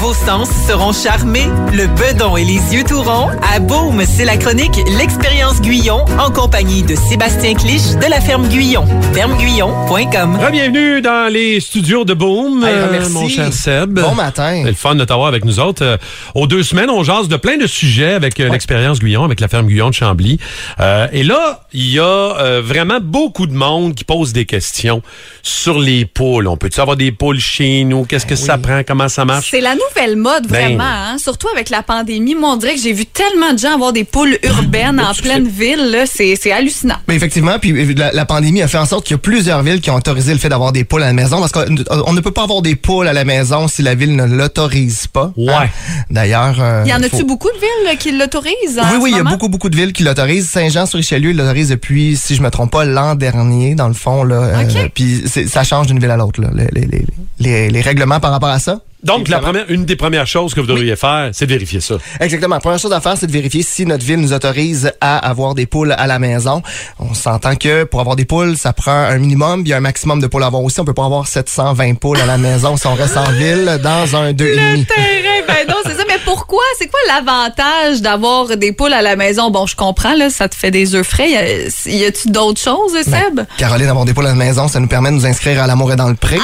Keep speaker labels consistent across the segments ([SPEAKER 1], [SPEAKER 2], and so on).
[SPEAKER 1] Vos sens seront charmés, le bedon et les yeux tout ronds. À Beaume, c'est la chronique L'expérience Guyon en compagnie de Sébastien Clich de la ferme Guyon. Fermeguyon.com.
[SPEAKER 2] Bienvenue dans les studios de Boom,
[SPEAKER 3] Hey,
[SPEAKER 2] euh,
[SPEAKER 3] merci.
[SPEAKER 2] mon cher Seb.
[SPEAKER 3] Bon matin.
[SPEAKER 2] C'est le fun de t'avoir avec nous autres. Euh, aux deux semaines, on jase de plein de sujets avec euh, l'expérience Guyon, avec la ferme Guyon de Chambly. Euh, et là, il y a euh, vraiment beaucoup de monde qui pose des questions sur les poules. On peut-tu avoir des poules chez nous? Qu'est-ce
[SPEAKER 3] Ben
[SPEAKER 2] que ça prend? Comment ça
[SPEAKER 3] Ah,
[SPEAKER 2] marche?
[SPEAKER 4] C'est la nouvelle mode,
[SPEAKER 2] Ben.
[SPEAKER 4] vraiment. hein. Surtout avec la pandémie. Moi, on dirait que j'ai vu tellement de gens avoir des poules
[SPEAKER 3] Ah,
[SPEAKER 4] urbaines
[SPEAKER 3] ben,
[SPEAKER 4] en pleine ville. là. C'est c'est hallucinant.
[SPEAKER 3] Mais Ben, effectivement, puis euh, la, la pandémie a fait en sorte qu'il y a plusieurs villes qui ont autorisé le fait d'avoir des poules à la maison parce qu'on euh, on ne peut pas avoir des poules à la maison si la ville ne l'autorise pas. hein.
[SPEAKER 2] Ouais.
[SPEAKER 3] D'ailleurs, euh,
[SPEAKER 4] Il y en a-tu
[SPEAKER 3] faut-
[SPEAKER 4] beaucoup de villes là, qui l'autorisent? en
[SPEAKER 3] Oui,
[SPEAKER 4] ce
[SPEAKER 3] oui, il y a
[SPEAKER 4] moment?
[SPEAKER 3] beaucoup, beaucoup de villes qui l'autorisent. Saint-Jean-sur-Richelieu l'autorise depuis, si je me trompe pas, l'an dernier, dans le fond. Là, euh,
[SPEAKER 4] Ok.
[SPEAKER 3] puis c'est- ça change d'une ville à l'autre, là, les, les- les- les- les règlements par rapport à ça.
[SPEAKER 2] Donc, la première, une des premières choses que vous devriez faire, c'est de vérifier ça.
[SPEAKER 3] Exactement. La première chose à faire, c'est de vérifier si notre ville nous autorise à avoir des poules à la maison. On s'entend que pour avoir des poules, ça prend un minimum, puis il y a un maximum de poules à avoir aussi. On peut pas avoir 720 poules à la maison si on reste en ville dans un deux et
[SPEAKER 4] Le
[SPEAKER 3] demi.
[SPEAKER 4] terrain, ben non, c'est ça. Mais pourquoi? C'est quoi l'avantage d'avoir des poules à la maison? Bon, je comprends, là, ça te fait des œufs frais. Y a- Y a-tu d'autres choses,
[SPEAKER 3] Ben.
[SPEAKER 4] Seb?
[SPEAKER 3] Caroline, avoir des poules à la maison, ça nous permet de nous inscrire à l'amour et dans le pré.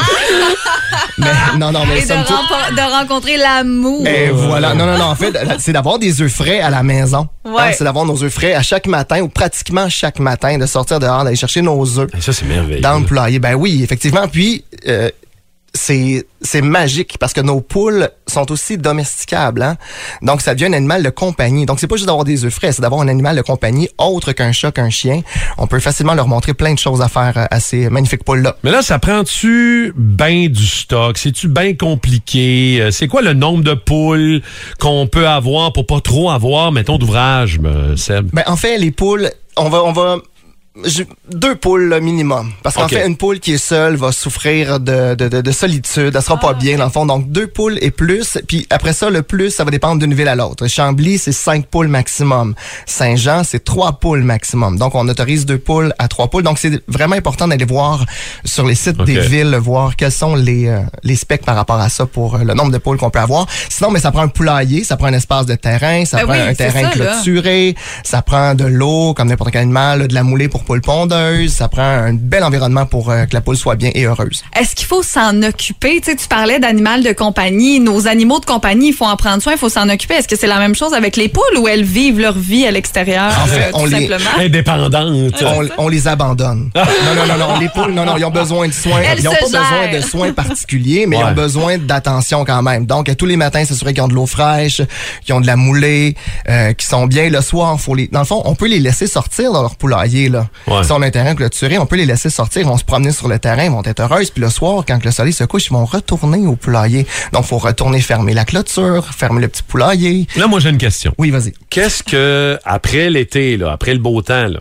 [SPEAKER 3] mais non, non, mais
[SPEAKER 4] Ah! Et de,
[SPEAKER 3] Ben, somme toute- Eh
[SPEAKER 4] rempo- de rencontrer l'amour.
[SPEAKER 3] Et voilà. Non, non, non. En fait, la- c'est d'avoir des œufs frais à la maison. Hein,
[SPEAKER 4] Ouais.
[SPEAKER 3] c'est d'avoir nos œufs frais à chaque matin ou pratiquement chaque matin, de sortir dehors, d'aller chercher nos œufs.
[SPEAKER 2] Et Ben, ça, c'est merveilleux.
[SPEAKER 3] d'employés. Ben oui, effectivement. Puis, euh, c'est c'est magique parce que nos poules sont aussi domesticables. Hein? Donc, ça devient un animal de compagnie. Donc, c'est pas juste d'avoir des œufs frais, c'est d'avoir un animal de compagnie autre qu'un chat, qu'un chien. On peut facilement leur montrer plein de choses à faire euh, à ces magnifiques poules-là.
[SPEAKER 2] Mais là, ça prend-tu ben du stock? C'est-tu bien compliqué? Euh, C'est quoi le nombre de poules qu'on peut avoir pour pas trop avoir, mettons, d'ouvrage, euh, Seb?
[SPEAKER 3] Ben, en fait, les poules, on va, on va, je- deux poules là, minimum. Parce qu'en
[SPEAKER 2] Ok.
[SPEAKER 3] fait, une poule qui est seule va souffrir de, de, de, de solitude. Elle sera pas bien, dans le fond. Donc, deux poules et plus. Puis après ça, le plus, ça va dépendre d'une ville à l'autre. Chambly, c'est cinq poules maximum. Saint-Jean, c'est trois poules maximum. Donc, on autorise deux poules à trois poules. Donc, c'est vraiment important d'aller voir sur les sites
[SPEAKER 2] Ok.
[SPEAKER 3] des villes, voir quels sont les, euh, les specs par rapport à ça pour euh, le nombre de poules qu'on peut avoir. Sinon, mais ça prend un poulailler, ça prend un espace de terrain, ça
[SPEAKER 4] Ben
[SPEAKER 3] prend
[SPEAKER 4] oui,
[SPEAKER 3] un
[SPEAKER 4] c'est
[SPEAKER 3] terrain
[SPEAKER 4] ça, là.
[SPEAKER 3] clôturé purée, ça prend de l'eau comme n'importe quel animal, de la moulée pour poule pondeuse, ça prend un bel environnement pour euh, que la poule soit bien et heureuse.
[SPEAKER 4] Est-ce qu'il faut s'en occuper? Tu, sais, tu parlais d'animal de compagnie. Nos animaux de compagnie, il faut en prendre soin, il faut s'en occuper. Est-ce que c'est la même chose avec les poules ou elles vivent leur vie à l'extérieur,
[SPEAKER 3] En fait,
[SPEAKER 4] euh,
[SPEAKER 3] on
[SPEAKER 4] tout
[SPEAKER 3] les-
[SPEAKER 4] simplement?
[SPEAKER 2] Indépendante.
[SPEAKER 3] On, on les abandonne.
[SPEAKER 2] Ah.
[SPEAKER 3] Non, non, non, non, les poules, non, non, ils ont besoin de soins.
[SPEAKER 4] Elles
[SPEAKER 3] ils n'ont pas
[SPEAKER 4] se
[SPEAKER 3] besoin
[SPEAKER 4] gèrent.
[SPEAKER 3] de soins particuliers, mais ils
[SPEAKER 2] Ouais.
[SPEAKER 3] ont besoin d'attention quand même. Donc, à tous les matins, c'est sûr qu'ils ont de l'eau fraîche, qu'ils ont de la moulée, euh, qu'ils sont bien. Le soir, faut les... dans le fond, on peut les laisser sortir dans leur poulailler. Là.
[SPEAKER 2] Ouais.
[SPEAKER 3] Si on a un terrain clôturé, on peut les laisser sortir, ils vont se promener sur le terrain, ils vont être heureuses. Puis le soir, quand le soleil se couche, ils vont retourner au poulailler. Donc, faut retourner fermer la clôture, fermer le petit poulailler.
[SPEAKER 2] Là, moi, j'ai une question.
[SPEAKER 3] Oui, vas-y.
[SPEAKER 2] Qu'est-ce que, après l'été, là, après le beau temps, là,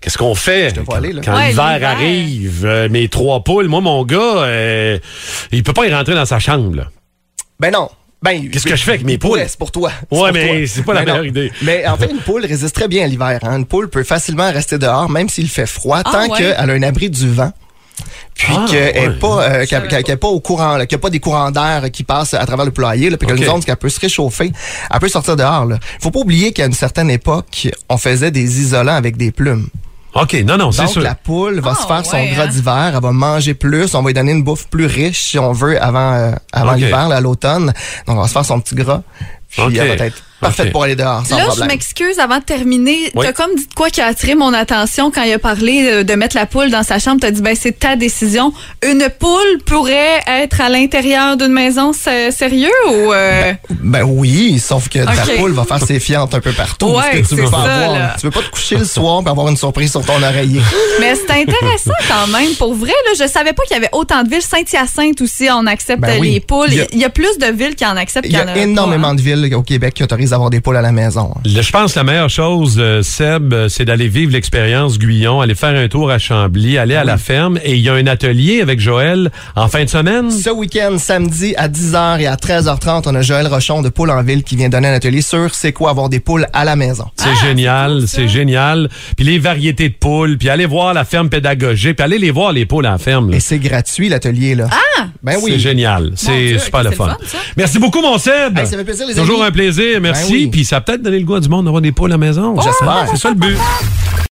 [SPEAKER 2] qu'est-ce qu'on fait
[SPEAKER 3] Mm-hmm. te vois
[SPEAKER 2] quand,
[SPEAKER 3] aller, là.
[SPEAKER 2] quand
[SPEAKER 4] Ouais,
[SPEAKER 2] l'hiver
[SPEAKER 4] l'hiver.
[SPEAKER 2] arrive? euh, mes trois poules, moi, mon gars, euh, il peut pas y rentrer dans sa chambre. là.
[SPEAKER 3] Ben non. Ben,
[SPEAKER 2] Qu'est-ce que je fais avec mes poules?
[SPEAKER 3] Ouais, c'est pour toi. C'est
[SPEAKER 2] Ouais,
[SPEAKER 3] pour
[SPEAKER 2] mais
[SPEAKER 3] toi.
[SPEAKER 2] c'est pas la
[SPEAKER 3] Mais
[SPEAKER 2] meilleure
[SPEAKER 3] non.
[SPEAKER 2] idée.
[SPEAKER 3] Mais en fait, une poule résiste très bien à l'hiver. hein. Une poule peut facilement rester dehors, même s'il fait froid,
[SPEAKER 4] Ah,
[SPEAKER 3] tant
[SPEAKER 4] ouais.
[SPEAKER 3] qu'elle a un abri du vent. Puis
[SPEAKER 2] Ah,
[SPEAKER 3] qu'elle n'est
[SPEAKER 2] ouais.
[SPEAKER 3] pas, euh, qu'elle- qu'elle- qu'elle est pas au courant, là, qu'il n'y a pas des courants d'air qui passent à travers le poulailler, là, puis qu'elle
[SPEAKER 2] Ok.
[SPEAKER 3] nous onde, qu'elle peut se réchauffer, elle peut sortir dehors. Là. Faut pas oublier qu'à une certaine époque, on faisait des isolants avec des plumes.
[SPEAKER 2] OK, non, non, c'est
[SPEAKER 3] Donc,
[SPEAKER 2] sûr.
[SPEAKER 3] la poule va
[SPEAKER 4] Ah,
[SPEAKER 3] se faire
[SPEAKER 4] ouais,
[SPEAKER 3] son gras
[SPEAKER 4] hein.
[SPEAKER 3] d'hiver, elle va manger plus, on va lui donner une bouffe plus riche, si on veut, avant, euh, avant
[SPEAKER 2] Ok.
[SPEAKER 3] l'hiver, là, à l'automne. Donc, on va se faire son petit gras, puis
[SPEAKER 2] Ok.
[SPEAKER 3] elle va être parfaite
[SPEAKER 2] Ok.
[SPEAKER 3] pour aller dehors, sans
[SPEAKER 4] Là, je
[SPEAKER 3] problème.
[SPEAKER 4] m'excuse avant de terminer.
[SPEAKER 2] Oui.
[SPEAKER 4] T'as comme dit de quoi qui a attiré mon attention quand il a parlé euh, de mettre la poule dans sa chambre. T'as dit, ben, c'est ta décision. Une poule pourrait être à l'intérieur d'une maison, c'est sérieux ou. euh,
[SPEAKER 3] Ben oui, sauf que ta
[SPEAKER 4] Ok.
[SPEAKER 3] poule va faire ses fientes un peu partout.
[SPEAKER 4] Ouais,
[SPEAKER 3] ce que tu veux
[SPEAKER 4] c'est
[SPEAKER 3] pas
[SPEAKER 4] ça,
[SPEAKER 3] avoir.
[SPEAKER 4] là.
[SPEAKER 3] Tu veux pas te coucher le soir pour avoir une surprise sur ton oreiller.
[SPEAKER 4] Mais c'est intéressant quand même. Pour vrai, là, je savais pas qu'il y avait autant de villes. Saint-Hyacinthe aussi, on accepte
[SPEAKER 3] Ben oui.
[SPEAKER 4] les poules.
[SPEAKER 3] Il y a-
[SPEAKER 4] Il y a plus de villes qui en acceptent
[SPEAKER 3] Il y
[SPEAKER 4] qu'il y en
[SPEAKER 3] a
[SPEAKER 4] pas, hein.
[SPEAKER 3] énormément de villes au Québec qui autorisent surprise d'avoir des poules à la maison.
[SPEAKER 2] Le- Je pense que la meilleure chose, euh, Seb, euh, c'est d'aller vivre l'expérience Guyon, aller faire un tour à Chambly, aller
[SPEAKER 3] Ah
[SPEAKER 2] à la ferme. Et il y a un atelier avec Joël en fin de semaine.
[SPEAKER 3] Ce week-end, samedi à 10h et à 13h30, on a Joël Rochon de Poules en Ville qui vient donner un atelier sur c'est quoi avoir des poules à la maison.
[SPEAKER 2] C'est génial, c'est génial. Puis les variétés de poules, puis aller voir la ferme pédagogique, puis aller les voir les poules à la ferme. là.
[SPEAKER 3] Et c'est gratuit, l'atelier, là. Ah! Ben
[SPEAKER 2] C'est
[SPEAKER 3] oui.
[SPEAKER 2] génial,
[SPEAKER 4] Dieu,
[SPEAKER 2] c'est super le
[SPEAKER 4] ok, c'est le
[SPEAKER 2] fun.
[SPEAKER 4] fun, ça.
[SPEAKER 2] Merci beaucoup, mon Seb.
[SPEAKER 3] Hey, ça fait plaisir, les
[SPEAKER 2] Toujours
[SPEAKER 3] amis. Ben
[SPEAKER 2] un plaisir, merci.
[SPEAKER 3] oui. Oh,
[SPEAKER 2] Puis ça a peut-être donné le goût à du monde d'avoir des poules à la maison.
[SPEAKER 3] J'espère.
[SPEAKER 2] C'est ça le but.